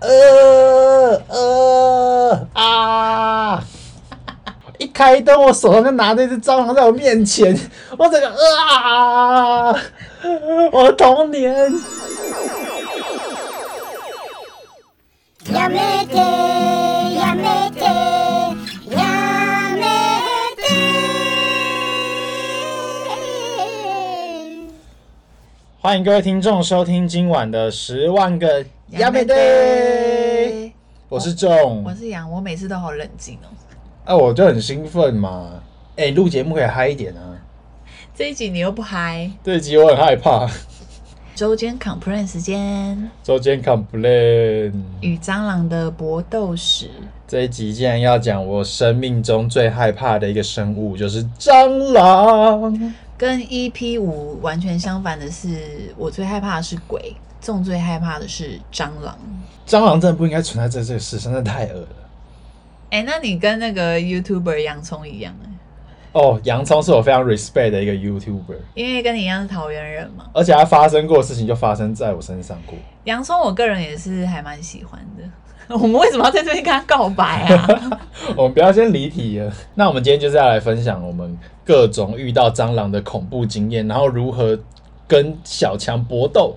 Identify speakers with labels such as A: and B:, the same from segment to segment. A: 呃呃啊！ 一开灯，我手上就拿着一只蟑螂在我面前，我整个呃啊！我的童年。
B: やめてやめてやめて
A: 欢迎各位听众收听今晚的十万个亚美队，
C: 对，
A: 我是仲
C: 我，是杨，我每次都好冷静哦。
A: 啊，我就很兴奋嘛。哎、录节目可以嗨一点啊。
C: 这一集你又不嗨，
A: 这一集我很害怕，
C: 周间 complain 时间
A: 周间 complain。
C: 与蟑螂的搏斗史，
A: 这一集竟然要讲我生命中最害怕的一个生物，就是蟑螂。
C: 跟 EP 五完全相反的是，我最害怕的是鬼，仲最害怕的是蟑螂。
A: 蟑螂真的不应该存在在这个世上，真的太恶了。
C: 哎、那你跟那个 YouTuber 洋葱一样、欸，
A: 哦，洋葱是我非常 respect 的一个 YouTuber，
C: 因为跟你一样是桃园人嘛。
A: 而且他发生过的事情就发生在我身上过。
C: 洋葱，我个人也是还蛮喜欢的。 我们为什么要在这边跟他告白啊？
A: 我们不要先离题了。那我们今天就是要来分享我们各种遇到蟑螂的恐怖经验，然后如何跟小强搏斗。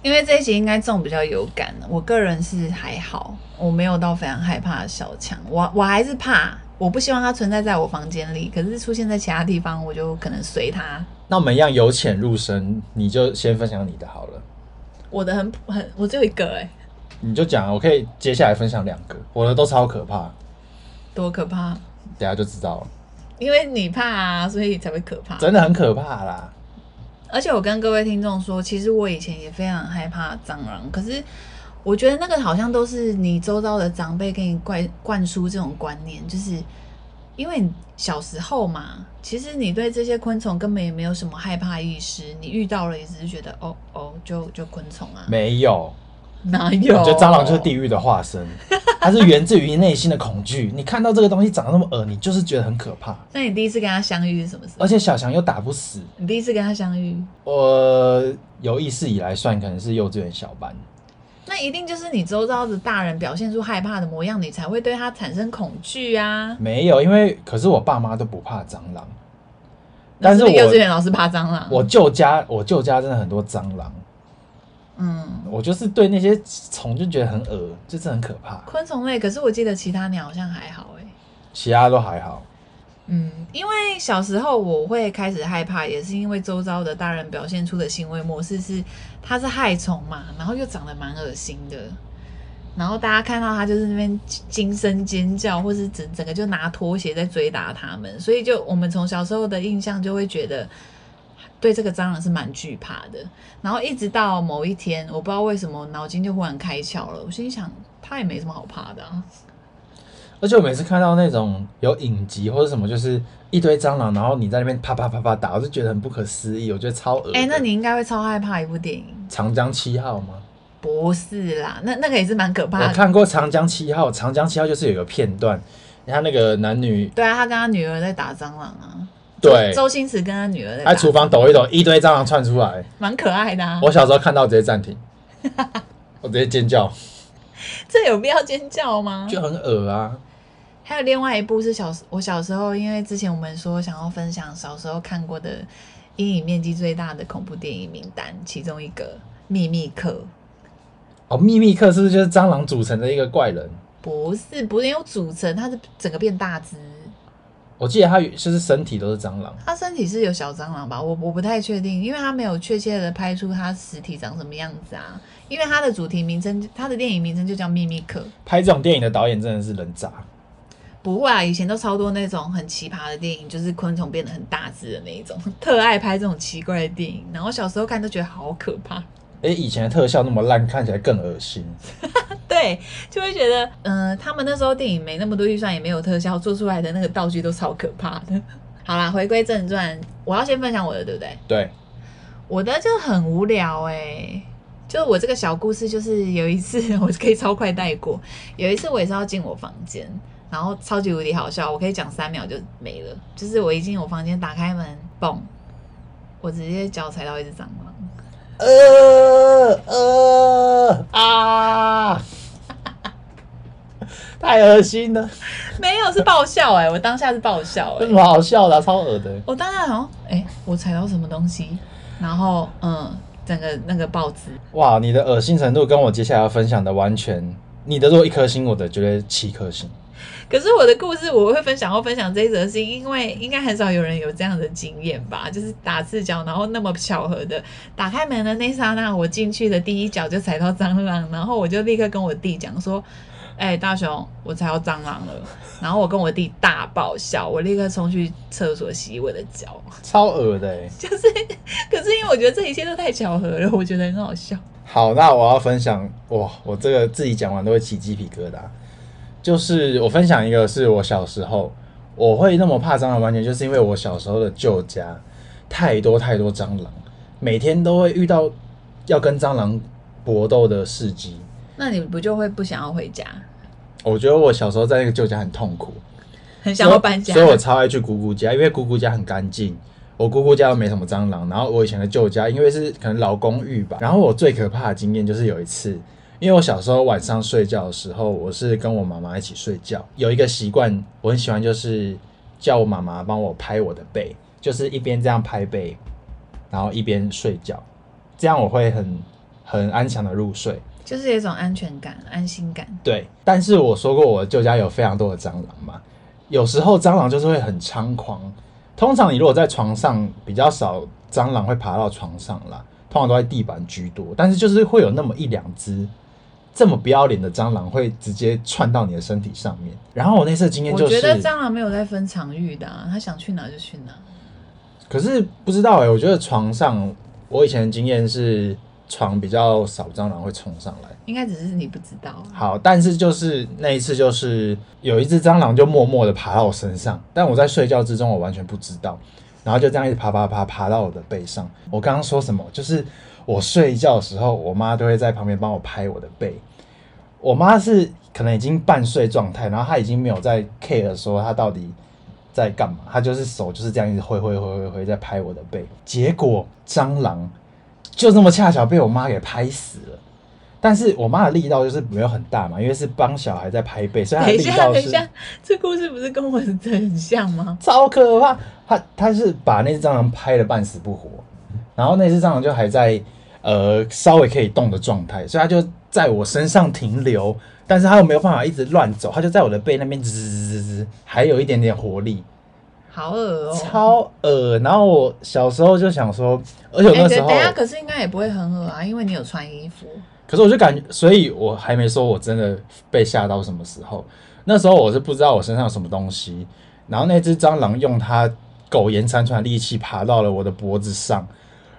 C: 因为这一集应该中比较有感，我个人是还好，我没有到非常害怕小强，我我还是怕，我不希望它存在在我房间里，可是出现在其他地方，我就可能随它。
A: 那我们一样由浅入深，你就先分享你的好了。
C: 我的很很，我只有一个哎、
A: 你就讲啊，我可以接下来分享两个，我的都超可怕，
C: 多可怕！
A: 等下就知道了，
C: 因为你怕啊，所以才会可怕。
A: 真的很可怕啦。
C: 而且我跟各位听众说，其实我以前也非常害怕蟑螂，可是我觉得那个好像都是你周遭的长辈给你灌灌输这种观念，就是因为你小时候嘛，其实你对这些昆虫根本也没有什么害怕意识，你遇到了也只是觉得哦哦，就就昆虫啊，
A: 没有，
C: 哪
A: 我
C: 有？
A: 觉得蟑螂就是地狱的化 身，它是源自于内心的恐惧。你看到这个东西长得那么恶，你就是觉得很可怕。
C: 那你第一次跟它相遇是什么时候
A: 而？且小强又打不死，
C: 你第一次跟它相遇，
A: 我有意识以来算可能是幼稚园小班，
C: 那一定就是你周遭的大人表现出害怕的模样，你才会对它产生恐惧啊。
A: 没有，因为可是我爸妈都不怕蟑螂，
C: 那
A: 但是
C: 不
A: 我
C: 是幼稚园老师怕蟑螂，
A: 我舅家我舅家真的很多蟑螂，
C: 嗯。
A: 我就是对那些虫就觉得很恶，就是很可怕，
C: 昆虫类，可是我记得其他鸟好像还好哎、
A: 其他都还好。
C: 嗯，因为小时候我会开始害怕，也是因为周遭的大人表现出的行为模式是，它是害虫嘛，然后又长得蛮恶心的，然后大家看到它就是那边惊声尖叫，或是整整个就拿拖鞋在追打它们，所以就我们从小时候的印象就会觉得对这个蟑螂是蛮惧怕的。然后一直到某一天，我不知道为什么脑筋就忽然开窍了，我心想它也没什么好怕的啊。
A: 而且我每次看到那种有影集或者什么，就是一堆蟑螂，然后你在那边啪啪啪啪打，我就觉得很不可思议，我觉得超恶的。
C: 哎、那你应该会超害怕一部电影，
A: 长江七号吗？
C: 不是啦？那那个也是蛮可怕
A: 我
C: 的。
A: 看过长江七号，长江七号就是有个片段，他那个男女
C: 对啊，他跟他女儿在打蟑螂啊。
A: 对，
C: 周星驰跟他女儿在
A: 在
C: 打，
A: 厨房抖一抖，一堆蟑螂窜出来。
C: 蛮可爱的啊。
A: 我小时候看到直接暂停，我直接尖叫，
C: 这有必要尖叫吗？
A: 就很恶啊。
C: 还有另外一部是小时我小时候，因为之前我们说想要分享小时候看过的阴影面积最大的恐怖电影名单，其中一个《秘密课
A: 哦，秘密客是不是就是蟑螂组成的一个怪人？》，
C: 不是不是有组成，它是整个变大只，
A: 我记得他就是身体都是蟑螂，
C: 它身体是有小蟑螂吧？我我不太确定，因为它没有确切的拍出它实体长什么样子啊。因为它的主题名称，它的电影名称就叫《秘密课》。
A: 拍这种电影的导演真的是人渣。
C: 不会啊，以前都超多那种很奇葩的电影，就是昆虫变得很大只的那一种， 特爱拍这种奇怪的电影。然后小时候看都觉得好可怕，
A: 诶，以前的特效那么烂，看起来更恶心。
C: 对，就会觉得，嗯、他们那时候电影没那么多预算，也没有特效，做出来的那个道具都超可怕的。 好啦，回归正传，我要先分享我的，对不对？
A: 对，
C: 我的就很无聊哎、就我这个小故事，就是有一次 我可以超快带过，有一次我也是要进我房间，然后超级无敌好笑，我可以讲三秒就没了，就是我一进我房间，打开门，嘣，我直接脚踩到一只蟑螂，
A: 呃呃啊！ 太恶心了，
C: 没有是爆笑哎、我当下是爆笑哎、
A: 有什么好笑的啊、超恶的、
C: 我当下好像哎、我踩到什么东西，然后嗯，整个那个爆汁，
A: 哇，你的恶心程度跟我接下来要分享的完全，你的如果一颗星，我的绝对七颗星。
C: 可是我的故事我会分享后分享这一则，是因为应该很少有人有这样的经验吧？就是打赤脚，然后那么巧合的打开门的那刹那，我进去的第一脚就踩到蟑螂，然后我就立刻跟我弟讲说：“哎、大雄，我踩到蟑螂了。”然后我跟我弟大爆笑，我立刻冲去厕所洗我的脚。
A: 超恶的、欸。
C: 就是，可是因为我觉得这一切都太巧合了，我觉得很好笑。
A: 好，那我要分享哇，我这个自己讲完都会起鸡皮疙瘩。就是我分享一个，是我小时候我会那么怕蟑螂，完全就是因为我小时候的旧家太多太多蟑螂，每天都会遇到要跟蟑螂搏斗的事迹。
C: 那你不就会不想要回家，
A: 我觉得我小时候在那个旧家很痛苦，
C: 很想要搬家？
A: 所以所以我超爱去姑姑家，因为姑姑家很干净。我姑姑家又没什么蟑螂，然后我以前的旧家，因为是可能老公寓吧。然后我最可怕的经验就是有一次，因为我小时候晚上睡觉的时候，我是跟我妈妈一起睡觉，有一个习惯我很喜欢，就是叫我妈妈帮我拍我的背，就是一边这样拍背，然后一边睡觉，这样我会很很安详的入睡。
C: 就是有一种安全感、安心感。
A: 对，但是我说过我旧家有非常多的蟑螂嘛，有时候蟑螂就是会很猖狂。通常你如果在床上比较少，蟑螂会爬到床上啦，通常都在地板居多，但是就是会有那么一两只这么不要脸的蟑螂会直接窜到你的身体上面。然后我那次的经验
C: 我
A: 就是，
C: 觉得蟑螂没有在分场域的、啊，它想去哪就去哪。
A: 可是不知道哎、我觉得床上我以前的经验是床比较少蟑螂会冲上来。
C: 应该只是你不知道，
A: 好，但是就是那一次，就是有一只蟑螂就默默的爬到我身上，但我在睡觉之中，我完全不知道，然后就这样一直爬爬爬爬到我的背上。我刚刚说什么？就是我睡觉的时候，我妈都会在旁边帮我拍我的背。我妈是可能已经半睡状态，然后她已经没有在 care 说她到底在干嘛，她就是手就是这样一直挥挥挥挥挥在拍我的背。结果蟑螂就这么恰巧被我妈给拍死了。但是我妈的力道就是没有很大嘛，因为是帮小孩在拍背，所以她的
C: 等一
A: 力
C: 下，
A: 道
C: 等一
A: 是
C: 下，这故事不是跟我的很像吗？
A: 超可怕。她她是把那只蟑螂拍的半死不活，然后那只蟑螂就还在呃稍微可以动的状态，所以它就在我身上停留，但是它又没有办法一直乱走，它就在我的背那边滋滋滋滋，还有一点点活力，
C: 好恶哦、
A: 超恶。然后我小时候就想说，而且我
C: 哎、
A: 那
C: 对
A: 时候，
C: 等一下，可是应该也不会很恶啊，因为你有穿衣服。
A: 可是我就感觉，所以我还没说我真的被吓到什么时候。那时候我是不知道我身上有什么东西，然后那只蟑螂用它苟延残喘的力气爬到了我的脖子上，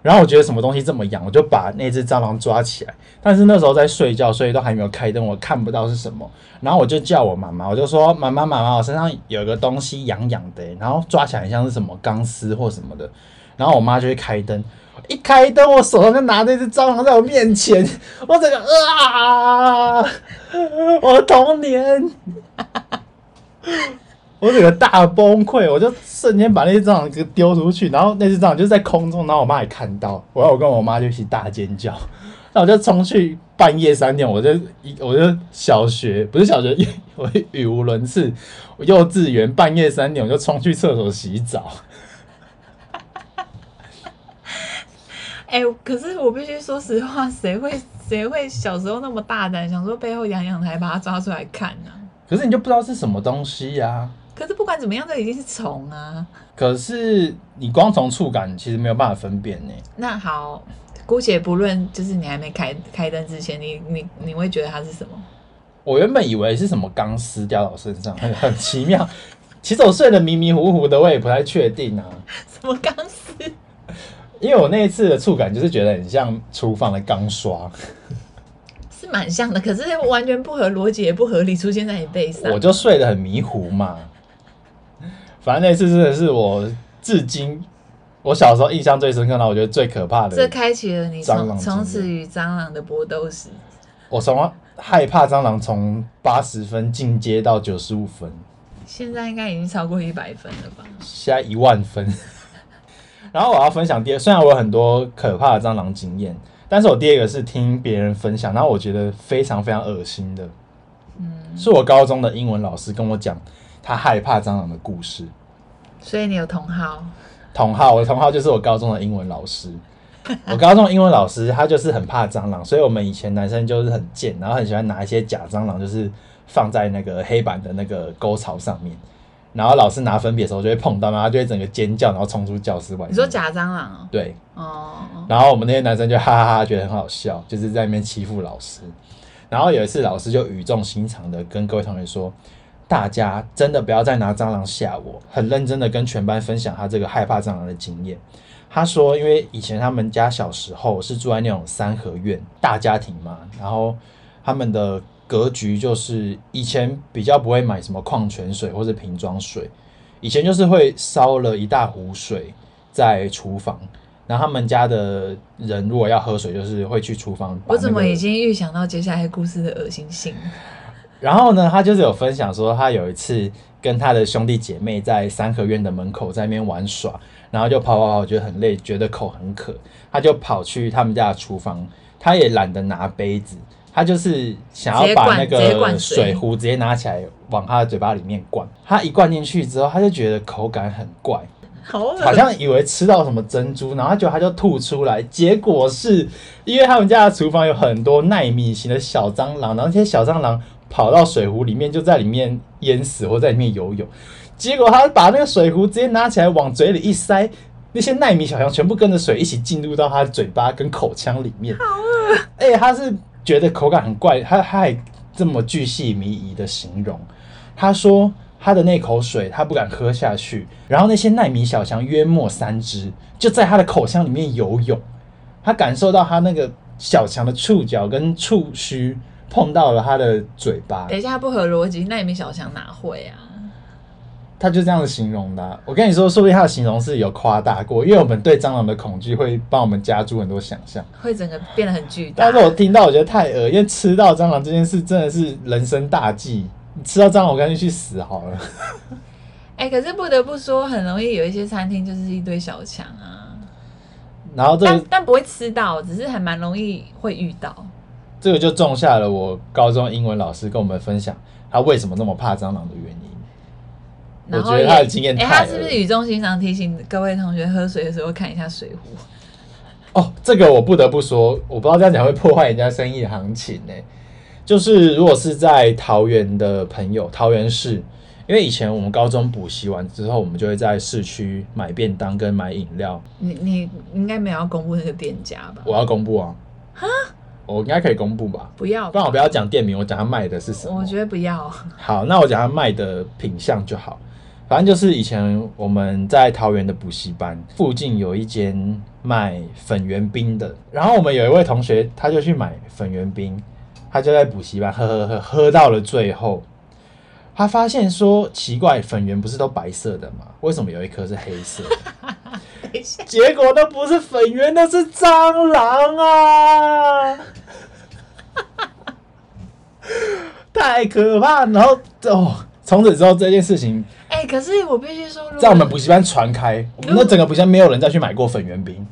A: 然后我觉得什么东西这么痒，我就把那只蟑螂抓起来。但是那时候在睡觉，所以都还没有开灯，我看不到是什么。然后我就叫我妈妈，我就说：“妈妈，妈妈，我身上有个东西痒痒的欸、然后抓起来像是什么钢丝或什么的。”然后我妈就会开灯，一开灯，我手上就拿着一只蟑螂在我面前，我整个啊，我的童年， 我整个大崩溃，我就瞬间把那只蟑螂给丢出去，然后那只蟑螂就在空中，然后我妈也看到，然后我跟我妈就一起大尖叫，那我就冲去半夜三点，我就一我就小学不是小学， 我语无伦次，我幼稚园半夜三点我就冲去厕所洗澡。
C: 哎、可是我必须说实话，谁会谁会小时候那么大胆，想说背后痒痒的还把它抓出来看呢、
A: 可是你就不知道是什么东西呀、
C: 可是不管怎么样，这已经是虫啊。
A: 可是你光从触感其实没有办法分辨呢。
C: 那好，姑且不论，就是你还没开开灯之前，你你你会觉得它是什么？
A: 我原本以为是什么钢丝掉到我身上， 很很奇妙。其实我睡得迷迷糊糊的，我也不太确定啊，
C: 什么钢丝？
A: 因为我那一次的触感就是觉得很像厨房的钢刷，
C: 是蛮像的，可是完全不合逻辑，也不合理，出现在你背上。
A: 我就睡得很迷糊嘛。反正那次真的是我至今我小时候印象最深刻，然后我觉得最可怕
C: 这
A: 的。
C: 开启了你
A: 蟑
C: 从
A: 螂经
C: 从
A: 验
C: 此与蟑螂的搏斗史。
A: 我从害怕蟑螂从八十分进阶到九十五分。
C: 现在应该已经超过一百分了吧？
A: 现在一万分。 然后我要分享第二，虽然我有很多可怕的蟑螂经验，但是我第二个是听别人分享，然后我觉得非常非常恶心的。
C: 嗯，
A: 是我高中的英文老师跟我讲他害怕蟑螂的故事。
C: 所以你有同好，
A: 同号，我的同号就是我高中的英文老 师。我高中的英文老师他就是很怕蟑螂，所以我们以前男生就是很贱，然后很喜欢拿一些假蟑螂，就是放在那个黑板的那个沟槽上面，然后老师拿粉笔的时候就会碰到，然后他就会整个尖叫，然后冲出教室外面。
C: 你说假蟑螂
A: 对，
C: 哦，哦，
A: 然后我们那些男生就哈哈哈，觉得很好笑，就是在那边欺负老师。然后有一次，老师就语重心长的跟各位同学说：“大家真的不要再拿蟑螂吓我。”很认真的跟全班分享他这个害怕蟑螂的经验。他说，因为以前他们家小时候是住在那种三合院大家庭嘛，然后他们的格局就是以前比较不会买什么矿泉水或是瓶装水，以前就是会烧了一大壶水在厨房。然后他们家的人如果要喝水，就是会去厨房把那个。
C: 我怎么已经预想到接下来故事的恶心性？
A: 然后呢，他就是有分享说，他有一次跟他的兄弟姐妹在三合院的门口在那边玩耍，然后就跑跑跑，觉得很累，觉得口很渴，他就跑去他们家的厨房，他也懒得拿杯子，他就是想
C: 直
A: 要
C: 接
A: 把
C: 灌
A: 那
C: 直接灌
A: 个
C: 水
A: 水壶直接拿起来往他的嘴巴里面灌。他一灌进去之后，他就觉得口感很怪，
C: 好恶
A: 好啊像以为吃到什么珍珠，然后他觉得他就吐出来，结果是因为他们家的厨房有很多纳米型的小蟑螂，然后那些小蟑螂跑到水壶里面，就在里面淹死或在里面游泳，结果他把那个水壶直接拿起来往嘴里一塞。那些纳米小羊全部跟着水一起进入到他的嘴巴跟口腔里面，而且他是觉得口感很怪，他他还这么巨细靡遗的形容，他说他的那口水他不敢喝下去，然后那些纳米小强约莫三只就在他的口腔里面游泳，他感受到他那个小强的触角跟触须碰到了他的嘴巴
C: 等，一下不合逻辑，那你们小强哪会啊？
A: 他就这样子形容的啊、我跟你说，说不定他的形容是有夸大过，因为我们对蟑螂的恐惧会帮我们加注很多想象。
C: 会整个变得很巨
A: 但
C: 大
A: 是。我听到我觉得太恶，因为吃到蟑螂这件事真的是人生大忌。你吃到蟑螂，我干脆去死好了。
C: 哎、可是不得不说，很容易有一些餐厅就是一堆小强啊，
A: 然后这
C: 但
A: 个
C: 但不会吃到，只是还蛮容易会遇到。
A: 这个就种下了我高中英文老师跟我们分享他为什么那么怕蟑螂的原因。
C: 然后
A: 我觉得
C: 也
A: 他的经验
C: 哎、
A: 太
C: 他是不
A: 恶
C: 是语重心长提醒各位同学喝水的时候看一下水壶？
A: 哦，这个我不得不说，我不知道这样讲会破坏人家生意的行情呢、就是如果是在桃园的朋友，桃园市，因为以前我们高中补习完之后，我们就会在市区买便当跟买饮料。
C: 你你应该没有要公布那个店家吧？
A: 我要公布啊！我应该可以公布吧？
C: 不要
A: 不，然我不要讲店名，我讲他卖的是什么。
C: 我觉得不要。
A: 好，那我讲他卖的品相就好。反正就是以前我们在桃园的补习班附近有一间卖粉圆冰的，然后我们有一位同学他就去买粉圆冰，他就在补习班喝喝喝喝到了最后，他发现说奇怪，粉圆不是都白色的 吗？为什么有一颗是黑色的？
C: 等一下，
A: 结果那不是粉圆，那是蟑螂啊！太可怕！然后哦，从此之后这件事情
C: 哎、可是我必须说，如果
A: 在我们补习班传开，我们那整个补习班没有人再去买过粉圆冰。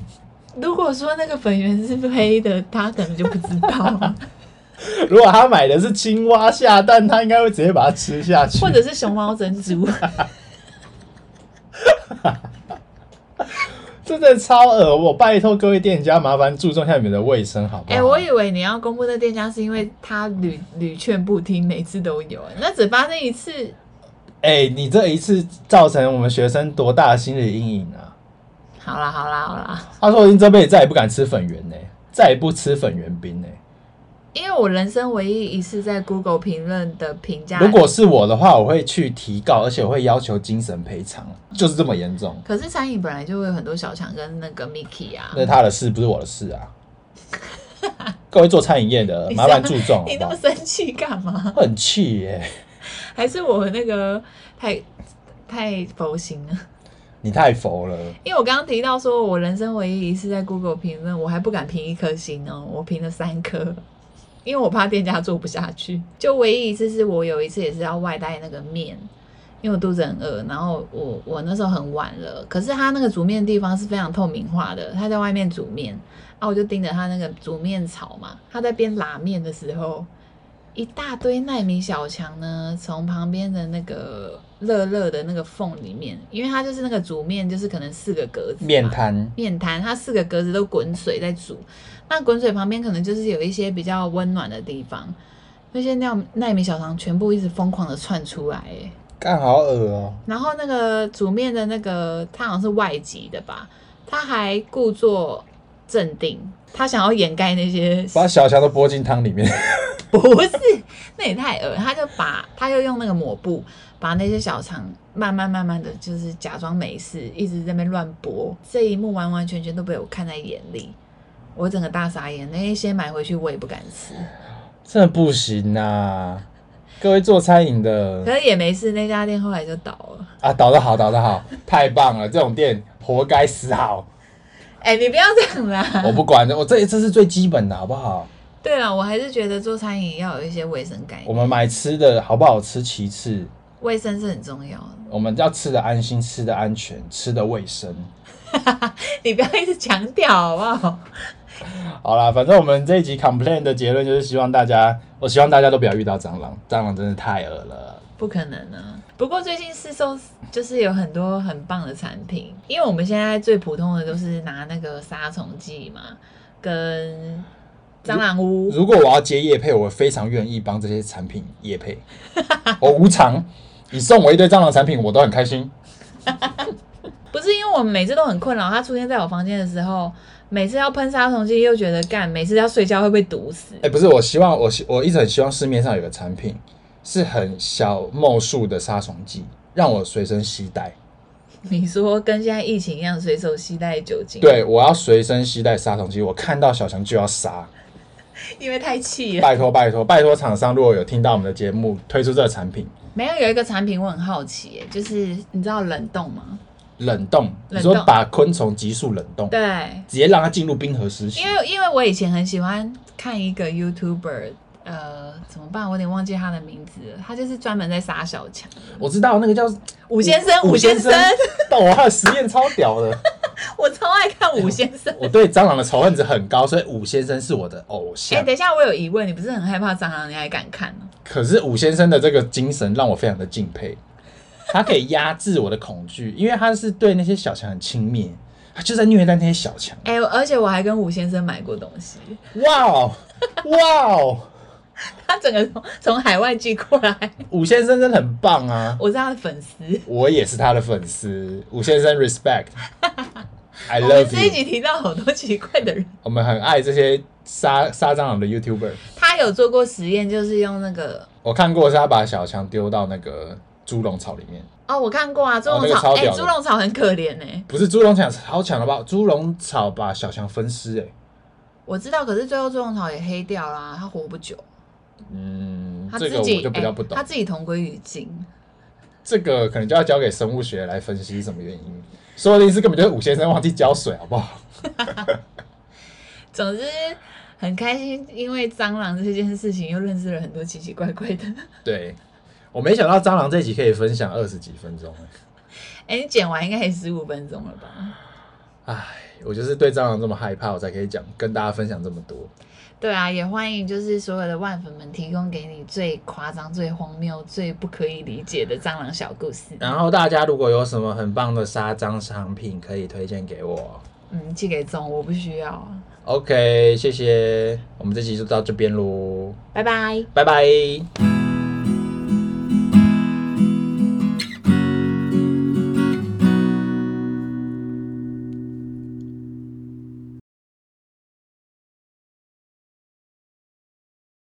C: 如果说那个粉圆是黑的，他可能就不知道，
A: 如果他买的是青蛙下蛋，他应该会直接把它吃下去。
C: 或者是熊猫珍 珠。
A: 真的超恶！我拜托各位店家，麻烦注重一下你们的卫生，好不好？
C: 哎、我以为你要公布那店家是因为他屡屡劝不听，每次都有，欸那只发生一次，
A: 哎、你这一次造成我们学生多大的心理阴影啊！
C: 好啦好啦好啦，
A: 他说：“我已经这辈子再也不敢吃粉圆呢、再也不吃粉圆冰呢、
C: 因为我人生唯一一次在 Google 评论的评价，
A: 如果是我的话，我会去提告，而且我会要求精神赔偿，就是这么严重。
C: 可是餐饮本来就会有很多小强跟那个 Mickey 啊
A: 那，是他的事，不是我的事啊！各位做餐饮业的，
C: 你
A: 麻烦
C: 这
A: 注重好
C: 你
A: 不
C: 那
A: 好
C: 么？生气干嘛？
A: 很气耶、
C: 还是我那个太太佛心了？
A: 你太佛了。
C: 因为我刚刚提到说，我人生唯一一次在 Google 评论，我还不敢评一颗星哦，我评了三颗，因为我怕店家做不下去。就唯一一次是我有一次也是要外带那个面，因为我肚子很饿，然后我我那时候很晚了，可是他那个煮面的地方是非常透明化的，他在外面煮面，啊，我就盯着他那个煮面槽嘛，他在边拉面的时候。一大堆奈米小强呢，从旁边的那个乐乐的那个缝里面，因为它就是那个煮面，就是可能四个格子嘛
A: 面瘫，
C: 面摊，它四个格子都滚水在煮，那滚水旁边可能就是有一些比较温暖的地方，那些那奈米小肠全部一直疯狂的窜出来，哎
A: 干好恶哦、
C: 然后那个煮面的那个他好像是外籍的吧，他还故作镇定，他想要掩盖那些
A: 把小强都拨进汤里面，
C: 不是，那也太恶了。他就把他就用那个抹布把那些小肠慢慢慢慢的就是假装没事，一直在那边乱拨。这一幕完完全全都被我看在眼里，我整个大傻眼。那些买回去我也不敢吃，
A: 真的不行呐、各位做餐饮的
C: 可是也没事。那家店后来就倒了。
A: 啊，倒得好，倒得好，太棒了！这种店活该死好，
C: 哎、你不要这样啦。
A: 我不管，我这这是最基本的，好不好？
C: 对了，我还是觉得做餐饮要有一些卫生概
A: 我
C: 念，
A: 们买吃的好不好吃其次，
C: 卫生是很重要的。
A: 我们要吃的安心，吃的安全，吃的卫生。
C: 你不要一直强调好不好？
A: 好啦，反正我们这一集 complain 的结论就是希望大家，我希望大家都不要遇到蟑螂，蟑螂真的太恶了。
C: 不可能啊！不过最近市售就是有很多很棒的产品，因为我们现在最普通的都是拿那个杀虫剂嘛，跟蟑螂屋。
A: 如果我要接叶配，我非常愿意帮这些产品叶配，我无偿。你送我一堆蟑螂产品，我都很开心。
C: 不是因为我们每次都很困扰，它出现在我房间的时候，每次要喷杀虫剂又觉得干，每次要睡觉会被毒死
A: 哎、。不是，我希望我希我一直很希望市面上有个产品是很小墨数的杀虫剂，让我随身携带。
C: 你说跟现在疫情一样，随手携带酒精，，
A: 对我要随身携带杀虫剂，我看到小强就要杀。
C: 因为太气了。
A: 拜托拜托拜托，厂商如果有听到我们的节目，推出这个产品，
C: 没有有一个产品我很好奇耶，就是你知道冷冻吗？
A: 冷冻，你
C: 冷
A: 说
C: 冻
A: 把昆虫急速冷冻，直
C: 对，
A: 接让它进入冰河时期
C: 因。为因为我以前很喜欢看一个 YouTuber，呃，怎么办？我有点忘记他的名字了。他就是专门在杀小强，
A: 我知道那个叫
C: 武先生，武先生，
A: 但哦我他的实验超屌的。
C: 我超爱看武先生。
A: 我对蟑螂的仇恨值很高，所以武先生是我的偶
C: 哎、
A: 像。
C: 等一下，我有疑问，你不是很害怕蟑螂，你还敢看哦呢？
A: 可是武先生的这个精神让我非常的敬佩，他可以压制我的恐惧，因为他是对那些小强很轻蔑，他就在虐待那些小强。
C: 哎、而且我还跟武先生买过东西，
A: 哇哦，哇哦，
C: 他整个从从海外寄过来，
A: 武先生真的很棒啊！
C: 我是他的粉丝。
A: 我也是他的粉丝，武先生 respect，I
C: 我们
A: love
C: 这一
A: you。
C: 集提到好多奇怪的人，
A: 我们很爱这些杀杀蟑螂的 YouTuber。
C: 他有做过实验，就是用那个
A: 我看过是他把小强丢到那个猪笼草里面，
C: 哦，我看过啊，猪
A: 哦那
C: 笼
A: 个
C: 草，
A: 超
C: 哎、
A: 屌的
C: 猪笼草很可怜呢、欸
A: 不是猪笼草好强了吧？猪笼草把小强分尸哎、
C: 我知道，可是最后猪笼草也黑掉啦，它活不久。
A: 嗯
C: 他，
A: 这
C: 自
A: 个我
C: 己欸哎
A: 就比较不懂。
C: 他自己同归于尽。
A: 这个可能就要交给生物学来分析是什么原因，说不定是根本就是武先生忘记浇水，好不好？
C: 总之很开心，因为蟑螂这件事情又认识了很多奇奇怪怪的。
A: 对，我没想到蟑螂这集可以分享二十几分钟，欸
C: 哎、你剪完应该也十五分钟了吧？
A: 唉，我就是对蟑螂这么害怕，我才可以讲跟大家分享这么多。
C: 对啊，也欢迎就是所有的万粉们提供给你最夸张、最荒谬、最不可以理解的蟑螂小故事。
A: 然后大家如果有什么很棒的杀蟑商品，可以推荐给我。
C: 嗯，寄给总我不需要啊。
A: OK，谢谢，我们这集就到这边喽，
C: 拜拜。
A: 拜拜。